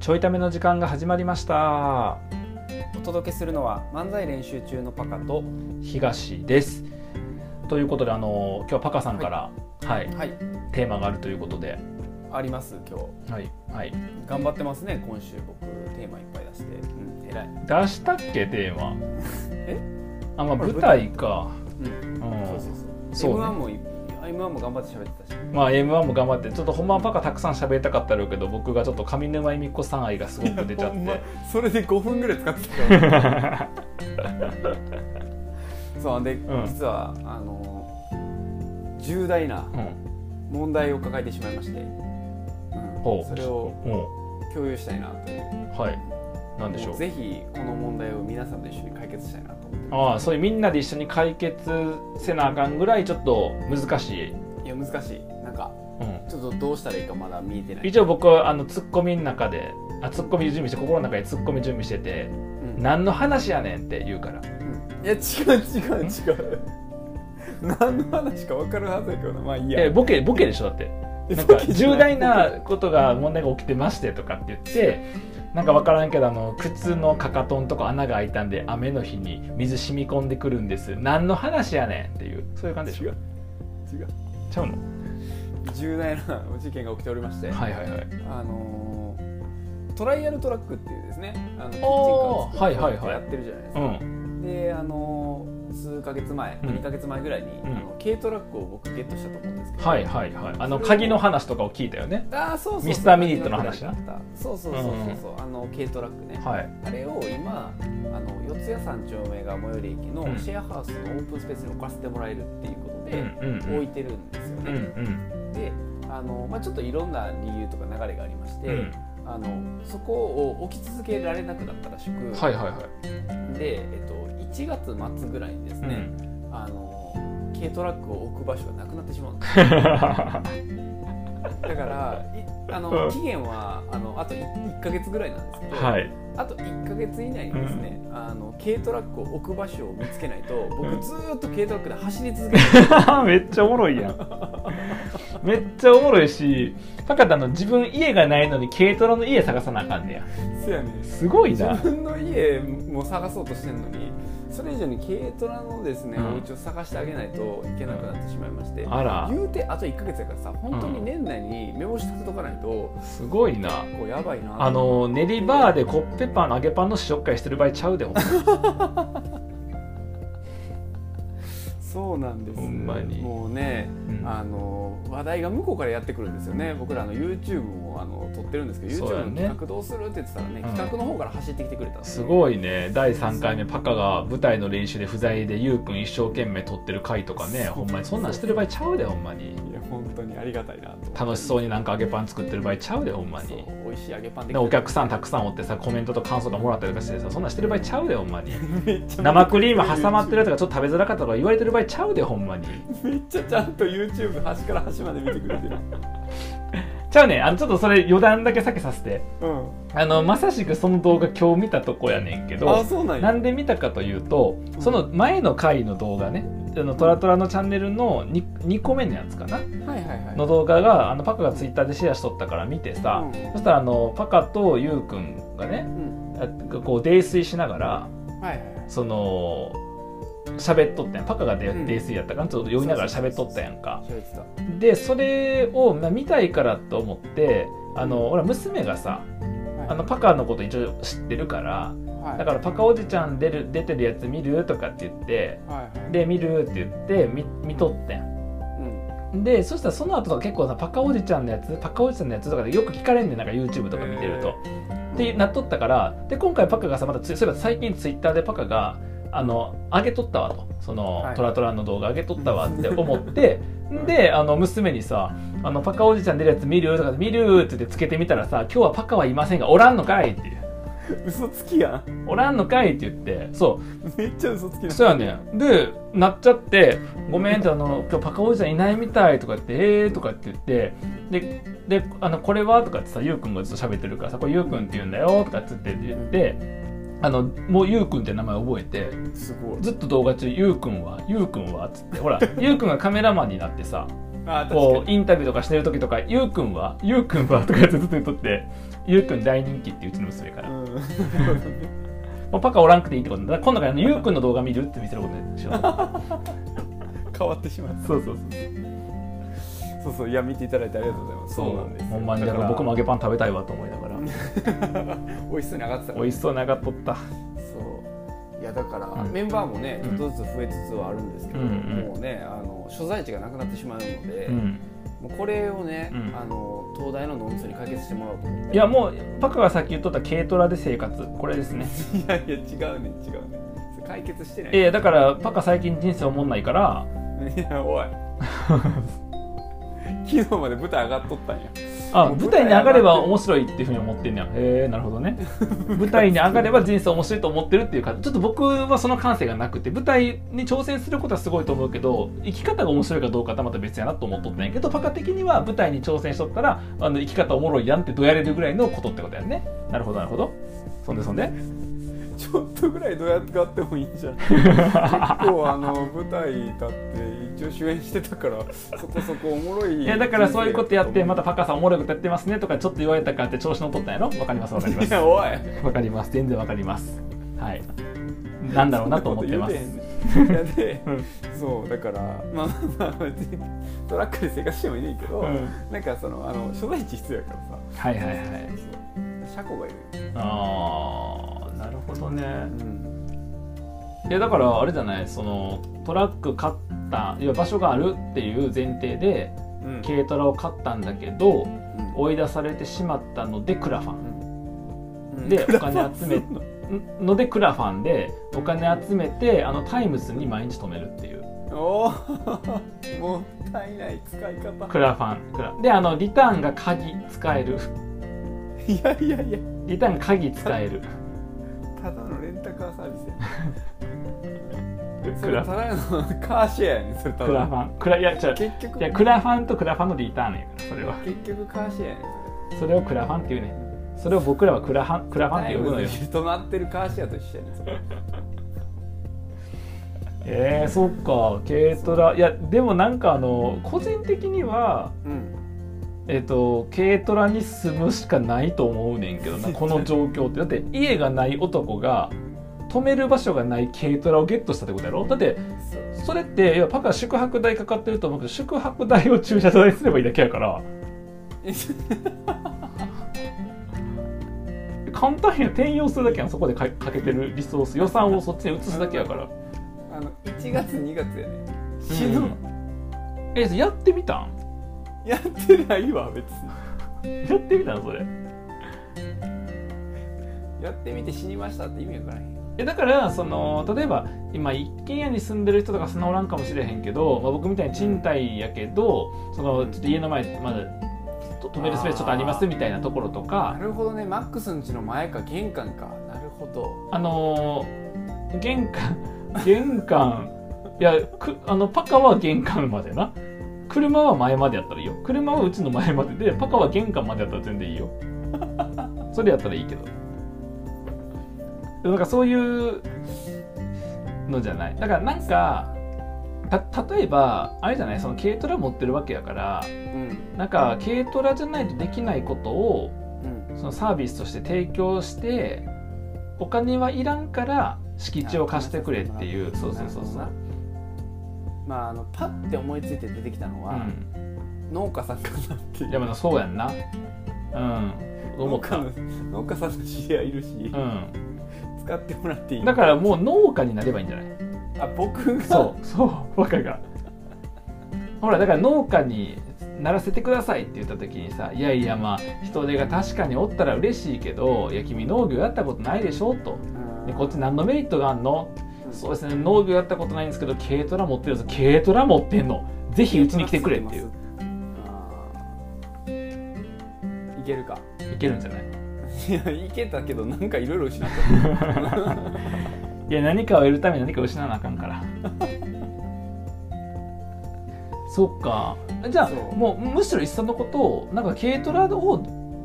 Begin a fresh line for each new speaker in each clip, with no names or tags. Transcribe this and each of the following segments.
ちょいための時間が始まりました
お届けするのは漫才練習中のパカと
東ですということであの今日はパカさんからはい、
はい
テーマがあるということで
あります今日
はい、はい、
頑張ってますね今週僕テーマいっぱい出して、うん、偉い、
出したっけテーマ
え
あまあ
これ
舞台か
う
うん
ん、そうそうそ
そ
う
うね
M1 もい M1 も頑張って喋ってたし
まあ M1 も頑張ってちょっとほんまはパカたくさん喋りたかったろうけど僕がちょっと上沼恵美子さん愛がすごく出ちゃっ
ほんま
て
それで5分ぐらい使ってたよ そうで、
うん
実はあの重大な
うん
問題を抱えてしまいまして、
ほ
う、
うん
それを
う
共有したいなというん
はいなんでしょう
ぜひこの問題を皆さんと一緒に解決したいなと思ってま
ああそういうみんなで一緒に解決せなあかんぐらいちょっと難しい、
すいや難しいなんか
うん、
ちょっとどうしたらいいかまだ見えてない、
一応僕はあのツッコミの中であツッコミ準備して心の中でツッコミ準備してて「
うん
何の話やねん」って言うから
いや違う違う違う 何の話か分かるはずやけどなまあいいや
えボケボケでしょだってなんか重大なことが問題が起きてましてとかって言ってなんか分からんけどあの靴のかかとんとこ穴が開いたんで雨の日に水染み込んでくるんです何の話やねんっていうそういう感じでし
違
ょ
う違う
ちゃうの
重大な事件が起きておりまして、
はいはいはい
あのートライアルトラックっていうですねあのキッチンカ
おー
ーを作
はい
っ
はい
て
はい
やってるじゃないです
う
か、
ん
であのー数ヶ月前、
うん
2ヶ月前ぐらいに、
ん
あの軽トラックを僕ゲットしたと思うんですけど、
はいはいはいあの鍵の話とかを聞いたよね
ああそうそうそう
ミスターミニットの話な
そうそうそうそうそう、あの軽トラックね、
はい
あれを今あの四谷三丁目が最寄り駅
うん
のシェアハウスのオープンスペースに置かせてもらえるっていうこと
うん
で
うんう
置い
ん
てるんですよ
う
ね。
ん
であの、まあ、ちょっといろんな理由とか流れがありまして、
うんうん
あのそこを置き続けられなくなったらしく、
はいはいはい
で、えっと、1月末ぐらいにです
う
ね、
ん
あの軽トラックを置く場所がなくなってしまうんですだからいあ
う
の
ん
期限はあのあと1か月ぐらいなんですけど、
はい
あと1か月以内にですね、あの軽トラックを置く場所を見つけないと
うん
僕ずーっと軽トラックで走り続けてる
めっちゃおもろいやんめっちゃおもろいしパカタの自分家がないのに軽トラの家探さなあかんねや
そうやね
すごい
自
な
分の家も探そうとしてるのにそれ以上に軽トラのですね、
うん
お家を探してあげないといけなくなってしまいまして、
あら
言うてあと1か月やからさ本当に年内に目星立てとかないと、こ
すごいな
うやばいな
あの練りバーでコッペパン揚げパンの試食会してる場合ちゃうでほんま
そうなんです
ほんまに
もうね
うん
あの話題が向こうからやってくるんですよね僕らあの YouTube もあの撮ってるんですけど
そうやね
YouTube の企画どうするって言ってたらね、
ん
企画の方から走ってきてくれた
す
い
ごいね第3回目パカが舞台の練習で不在でゆうくん一生懸命撮ってる回とかね
そう
ほんまにそんなんしてる場合ちゃうでほんまに
いや本当にありがたいなと思って
楽しそうになんか揚げパン作ってる場合ちゃうでほんまに
そう美味しい揚げパンで
でお客さんたくさんおってさコメントと感想がもらったりとかしてさそんなんしてる場合ちゃうでほんまに
めっちゃ
生クリーム挟まってるやつがちょっと食べづらかったとか言われてる場合ちゃうでほんまに
めっちゃちゃんと YouTube 端から端まで見てく れてる
ちゃうねあのちょっとそれ余談だけ避けさせて
うん
あのまさしくその動画今日見たとこやねんけど
あそうなん
な
や
んで見たかというとその前の回の動画ねあのトラトラのチャンネルの 2, 2個目のやつかな
はいはいはい
の動画があのパカがツイッターでシェアしとったから見てさ、
うん
そしたらあのパカとゆうくんがね
うん
あこう泥酔しながら
はいはいはい
その喋っとったやんパカがで
うん
泥酔やったからちょっと酔いながら喋っとったやんか
喋ってた
でそれをまあ見たいからと思ってあの俺は娘がさ
はい
あのパカのこと一応知ってるから
はい
だからパカおじちゃん出る出てるやつ見るとかって言って
はいはい
で見るって言って見見とってん
うん
でそしたらその後とか結構さパカおじちゃんのやつパカおじちゃんのやつとかでよく聞かれんねんなんか YouTube とか見てると。ってなっとったからで今回パカがさまたつそういえば最近 Twitter でパカがあの上げとったわとその、
はい
トラトラの動画上げとったわって思ってであの娘にさあの「パカおじちゃん出るやつ見る?」とか「見る?」って言ってつけてみたらさ「今日はパカはいませんがおらんのかい」っていう
嘘つきやん
「おらんのかい」って言ってそう
めっちゃ嘘つきやん
そうやねんでなっちゃって「ごめん」って「あの今日パカおじちゃんいないみたい」とか言って「えー」とかって言ってでであの「これは?」とかってさゆうくんがずっと喋ってるからさ「これゆうくんって言うんだよ」とかっつって言ってあのもうゆうくんって名前覚えて
すごい
ずっと動画中「ゆうくんはゆうくんは」っつってほらゆうくんがカメラマンになってさ
あー確か
こう
に
インタビューとかしてる時とか「ゆうくんはゆうくんは?」とかやってずっと言っとって「ゆうくん大人気」っていううちの娘から、も
う
うパカおらんくていいってことなんだだから今度からあのゆうくんの動画見るって見せることでしょ
ん 変わってしまう
そうそうそう
そうそういや見ていただいてありがとうございますそうなんですよ
ほんまにだから僕も揚げパン食べたいわと思いながら
美味しそうに上がってた
美味しそうながっとった
そういやだから、
うん
メンバーもね
う
ち
ん
ょっとずつ増えつつはあるんですけど、
うんうん
もうねあの所在地がなくなってしまうので、
うん
もうこれをね、
うん
あの東大のノンスに解決してもらおうと思って
いやもうパカがさっき言っとった軽トラで生活これですね
いやいや違うね違うねそれ解決してない
えー、だからパカ最近人生おもんないから
いや おい昨日まで舞台上がっとったんや
あ
もう
舞台に上がれば面白いっていうふうに思ってんねやへえなるほどね舞台に上がれば人生面白いと思ってるっていうかちょっと僕はその感性がなくて舞台に挑戦することはすごいと思うけど生き方が面白いかどうかはまた別やなと思っとったんやけどパカ的には舞台に挑戦しとったらあの生き方おもろいやんってどやれるぐらいのことってことやんねなるほどなるほどそんでそんで
ちょっとぐらいどうやってあってもいいんじ ゃない結構あの舞台立って一応主演してたからそこそこおもろい
いやだからそういうことやってまたパカさんおもろいことやってますねとかちょっと言われたからって調子乗っとったんやろわかりますわかります
いやおい
わかります全然わかりますはいなんだろうなと思ってます
そんなこと言うてへんねんいやで、
うん
そうだからまあまあまあ別にトラックで生活してもいいねんけど、
うん
なんかそのあの所在地必要やからさ
はいはいはい
車庫がいるよ、
ああなるほどね
うん、
いやだからあれじゃないそのトラック買ったいや場所があるっていう前提で
うん
軽トラを買ったんだけど
うん
追い出されてしまったのでクラファン
うん
で
うん
お金集めんのでクラファンでお金集めてあのタイムズに毎日止めるっていう
おー もったいない使い方
クラファンクラであのリターンが鍵使える
いやいやいや
リターンが鍵使 える
ただのレンタカーサービスや そ
ク
れ
ラ
ただのカーシェアやねんそれた
クラ
だ
フ
の
ァンクラいや違う
結局
いやクラファンとクラファンのリターンやからそれは
結局カーシェアやねん
それをクラファンっていうねそれを僕らはクラファンクラファンっ
タ
て
イ
呼ぶの
ム
よ
ズに止まってるカーシェアと一緒やねんそれ
えー、そっか軽トラいやでもなんかあの個人的には
うん
えっ、と軽トラに住むしかないと思うねんけどなこの状況ってだって家がない男が止める場所がない軽トラをゲットしたってことやろだって
そう
それっていやパカ宿泊代かかってると思うけど宿泊代を駐車場にすればいいだけやから簡単やん転用するだけやんそこでかかけてるリソース予算をそっちに移すだけやから
あの1月2月やねん死ぬわ、
えやってみたん
やってないわ別に
やってみたんそれ
やってみて死にましたって意味わからへん
えだからその例えば今一軒家に住んでる人とかそんなおらんかもしれへんけど、まあ、僕みたいに賃貸やけどそのちょっと家の前まだと止めるスペースちょっとありますみたいなところと
な
か
るほどねマックスの家の前か玄関かなるほど
あのー玄関玄関いやくあのパカは玄関までな車は前までやったらいいよ車はうちの前まででパカは玄関までやったら全然いいよ それやったらいいけどでなんかそういうのじゃないだからなんかた例えばあれじゃないその軽トラ持ってるわけやから
うん
なんか軽トラじゃないとできないことを
うん
そのサービスとして提供してお金はいらんから敷地を貸してくれっていうそうそうそうそ
なる
う
ほ、どなまああのパッて思いついて出てきたの
う
は、
ん、
農家さんかなっていう
いやまだそうやんなうん思
農
っ
家
た、
の農家さんの知り合いいるし、
う
使ってもらっていい
ん、だからもう農家になればいいんじゃない
あ僕 が
そうそう若がほらだから農家にならせてくださいって言った時にさいやいやまあ人手が確かにおったら嬉しいけどいや君農業やったことないでしょと
うん
でこっち何のメリットがあんの
うん
そうですね農業やったことないんですけど軽トラ持ってるんです軽トラ持ってんのぜひうちに来てくれっていう
あーいけるか
いけるんじゃない
いやいけたけどなんかいろいろ失っ
いや何かを得るために何かを失わなあかんから そっかじゃあ
そう
もうむしろいっそのことをなんか軽トラを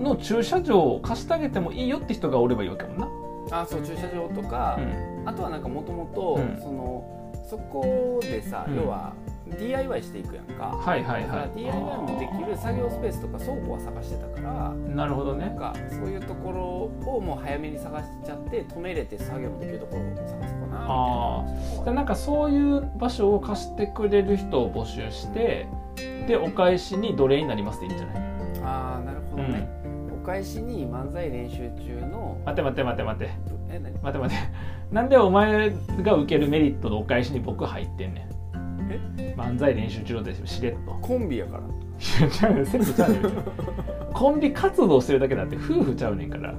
の駐車場を貸してあげてもいいよって人がおればいいわけやもんな、
たあそう駐車場とか、
うん
あとはなんかもとも
う
と
ん
そのそこでさ、
うん
要は
DIY していくやんか、
はいはい
だか
は
ら DIY もできる作業スペースとか倉庫は探してたから
いなるほど
なん
ね
かそういうところをもう早めに探しちゃって止めれて作業もできるところを探そうかな
あ
み
で
たいな
なんかそういう場所を貸してくれる人を募集してでお返しに奴隷になりますっていいんじゃない、
あーなるほ
う
どね、
ん、
お返しに漫才練習中の
待て待て待て待て
え何
待て待て なんでお前が受けるメリットのお返しに僕入ってんねん漫才練習中でしれっと
コンビやから
いやちゃうねんセットちゃうねん別にコンビ活動してるだけだって夫婦ちゃうねんから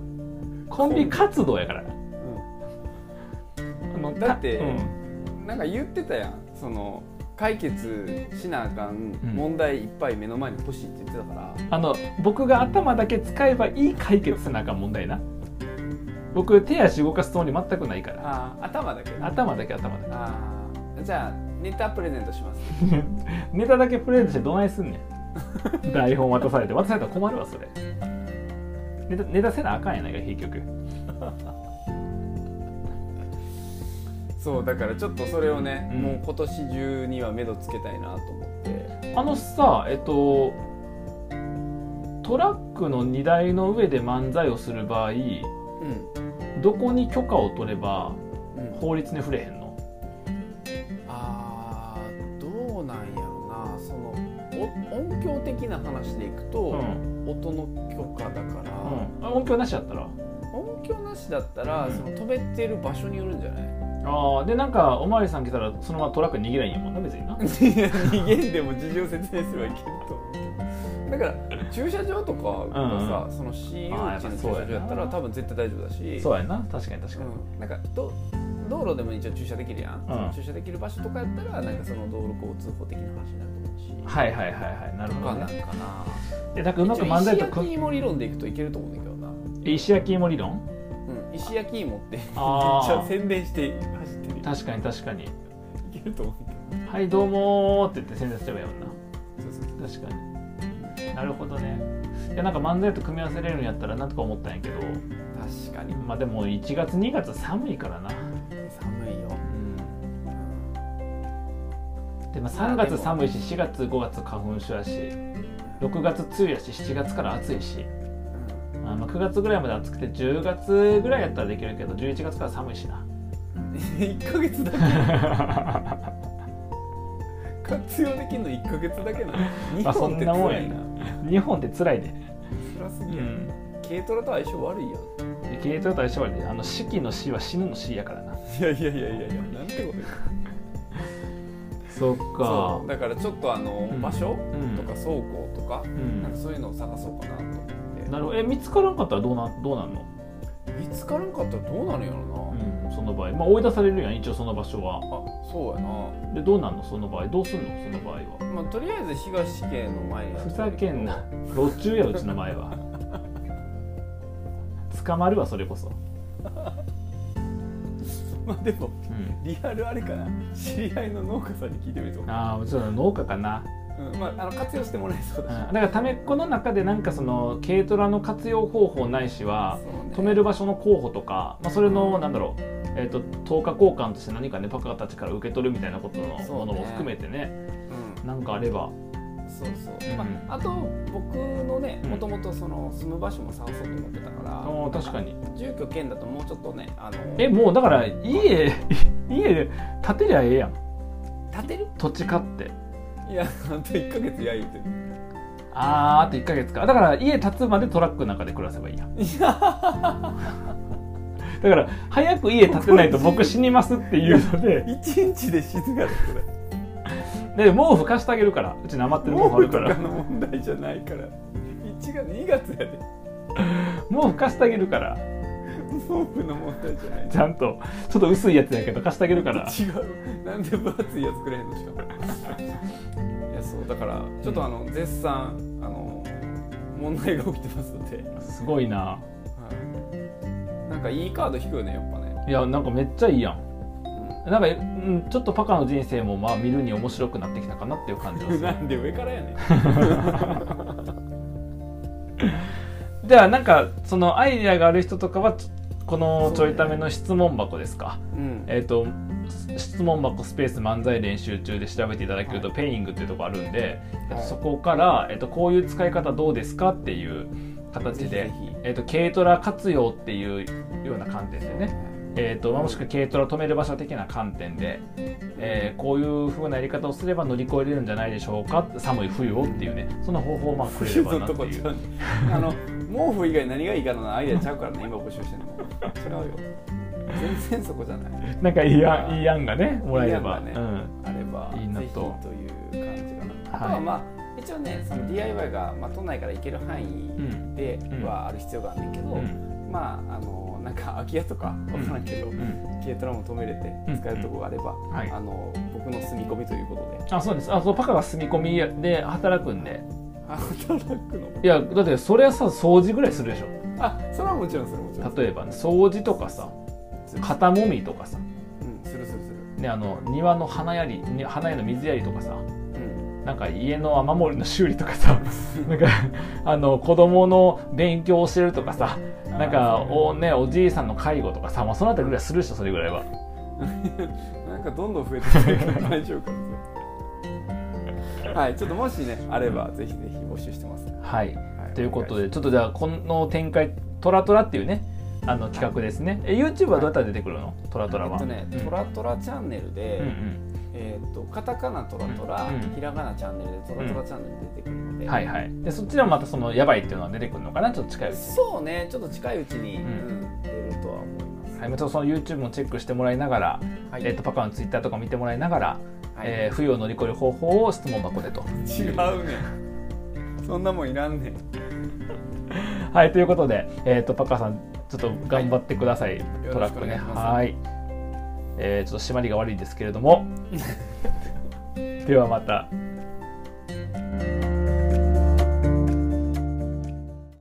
コンビ活動やからあの
だって
たうん
なんか言ってたやんその解決しなあかん
うん
問題いっぱい目の前に欲しいって言ってたから、
あの僕が頭だけ使えばいい解決せなあかん問題な僕手足動かすつもり全くないから
あー頭だけな
頭だけ頭だ
あーじゃあネタプレゼントします
けネタだけプレゼントしてどないすんね ん台本渡されて渡されたら困るわそれネタネタせなあかんやないか結局
そうだからちょっとそれをね、
うん
もう今年中には目処つけたいなと思って
あのさえっとトラックの荷台の上で漫才をする場合
うん、
どこに許可を取れば
うん、
法律に触れへんの
あーどうなんやろなそのお音響的な話でいくと、
うん
音の許可だから、
うんあ音響なしやったら
音響なしだったら、
うん
その飛べてる場所によるんじゃない
ああでなんかおまわりさん来たらそのままトラックに逃げないんやもんな別にな
逃げんでも事情説明すればいけると思うだから駐車場とかがさ、その私有地
あーやっぱ
の駐
そうやな
車場やったら多分絶対大丈夫だし
そうやな確かに確かに、
うん、なんかど道路でも一応駐車できるやん、
ん
その駐車できる場所とかやったらなんかその道路交通法的な話になると思うし
はいはいはいはいなる
と
ほ
か
ど
な
ね
んかな
えなんかうまく漫才と
一応石焼
く
き芋理論でいくといけると思うんだけどな、
石焼き芋理論
うん、石焼き芋ってめっち
あー
ゃ宣伝して走ってる
確かに確かに
いけると思うけ
「
ど
はいどうも」って言って宣伝すればいいもんな
そうそう
確かになるほどねいやなんか漫才と組み合わせれるんやったらなとか思ったんやけど
確かに
まあでも1月2月寒いからな
寒いよ、うん
でまあ3月寒いし4月5月花粉症やし6月梅雨やし7月から暑いしあまあ9月ぐらいまで暑くて10月ぐらいやったらできるけど11月から寒いしな
1ヶ月だけ活用できるの1ヶ月だ けなの2本って
そんなもん
辛
や
い
な
な
日本って辛いで、
辛す
う
ぎや、ん、
ん、
軽トラと相性悪いやん
で経営と相性悪いであの四季の死は死ぬの死やからない
やいやいやいやいやなんてこと言う
そっか
そうだからちょっとあの、
うん
場所
うん
とか倉庫とか
う、
なん
ん
かそういうのを探そうかなと思って
なるほどえ見つからんかったらどうなどうなんの、
見つからんかったらどうなるんやろ
うん、その場合まあ追い出されるやん一応その場所は
な、あそうやな、
でどうなんのその場合どうすんのその場合は
まあ、とりあえず東家の前に
ふざけんな路中やうちの前は捕まるわそれこそ、
まあでも
うん、
リアルあれかな知り合いの農家さんに聞いてみると、う
ああちょっと農家かな、
んまあ、あの活用してもらえそう
うん、
だし、
だからためっこの中でなんかその軽トラの活用方法ないしは
そうね
止める場所の候補とか、まあ、それのなんだろう、えー、と投下交換として何かねパカたちから受け取るみたいなことの
そう
も
ね
のも含めてね
うん
なんかあれば
そうそう、
うん
まあ、あと僕のね
うん
もともとその住む場所も探そうと思ってたから、
あー確かに
住居兼だともうちょっとねあの
えもうだから家家建てりゃええやん
建てる
土地買って
いやあと1ヶ月や言うてる
あーあと1ヶ月かだから家建つまでトラックの中で暮らせばいいやんだから早く家建てないと僕死にますっていうので
1日で静かだこれ
で毛布貸してあげるからうちに余ってる毛布あ
毛
る
布
か
とからの問題じゃないから1月2月やで
毛布貸してあげるから
毛布の問題じゃない
ちゃんとちょっと薄いやつやけど貸してあげるから
違うなんで分厚いやつくれ へんのしかもいやそうだからちょっとあの絶賛あの問題が起きてますので、
すごいな
はいなんかいいカード引くよねやっぱね
いやなんかめっちゃいいやんなんか、うん、ちょっとパカの人生もまあ見るに面白くなってきた かなっていう感じがする
なんで上からやねん。
じゃあなんかそのアイデアがある人とかはちょこのちょいための質問箱ですか
うん。
えっ、と質問箱スペース漫才練習中で調べていただけると、ペイングっていうとこあるんで、えっと
はい
そこから、えっと、こういう使い方どうですかっていう形
ぜ
で、
ひぜ
えっと、軽トラ活用っていうような観点でね、えーとまあもしくは軽トラ止める場所的な観点で、えーこういう風なやり方をすれば乗り越えれるんじゃないでしょうか寒い冬をっていうねその方法をまあくれれ
冬
ば
の
なって
とこ
い
ち
う
ゃうあの毛布以外何がいいかなアイデアちゃ うからね今募集してるの違うよ全然そこじゃない
なんかいい案いい案がねもらえれば、
いい案
う
が
ん、
あれば
いいなと
ぜひという感じかなあと
は
はいまあ、一応ねその DIY が、まあ、都内から行ける範囲で
ん
はある必要があんねんけど、
うん
まああのなんか空き家とかわからんけど、
うん
軽トラも止めれて使えるとこがあれば、
んはい
あの僕の住み込みということで
あそうですあそうパカが住み込みで働くんで
働くの
いやだってそれはさ掃除ぐらいするでしょ
あそれはもちろんそれもちろん
例えば、ね、掃除とかさ肩もみとかさ、
うんするするする
ね、あの庭の花やりに花屋の水やりとかさ
うん
なんか家の雨漏りの修理とか さなんかあの子供の勉強を教えるとかさなんかお,、ね、おじいさんの介護とかさ、まあ、そのあたりぐらいするでしょそれぐらいは
なんかどんどん増えてきてるけど大丈夫かな はいちょっともしねあればぜひぜひ募集してますは
はい
い
ということ
お願
でちょっとじゃあこの展開「トラトラ」っていうねあの企画ですね、え YouTube はどうやったら出てくるの、トラトラ
いしま
は、
すえっとねトラトラチャンネルで、
うんうん
えーっとカタカナトラトラ、
うん
ひらがなチャンネルでトラトラチャンネル出てくるので、
はいはいでそっちでもまたその「やばい」っていうのは出てくるのかなちょっと近いうちに
そうねちょっと近いうちに、
う
うんん出るとは思います
はい、もちろんその YouTube もチェックしてもらいながら、
はい
えっとパカの Twitter とか見てもらいながら、
はい
えー冬を乗り越える方法を質問箱でと。
違うねんそんなもんいらんねん
はいということで、えっとパカさんちょっと頑張ってください、
よ
ト
ろ
ラ
し
ッ
く
ク
お
ね。
願いします
はい、 えーちょっと締まりが悪いですけれどもではまた。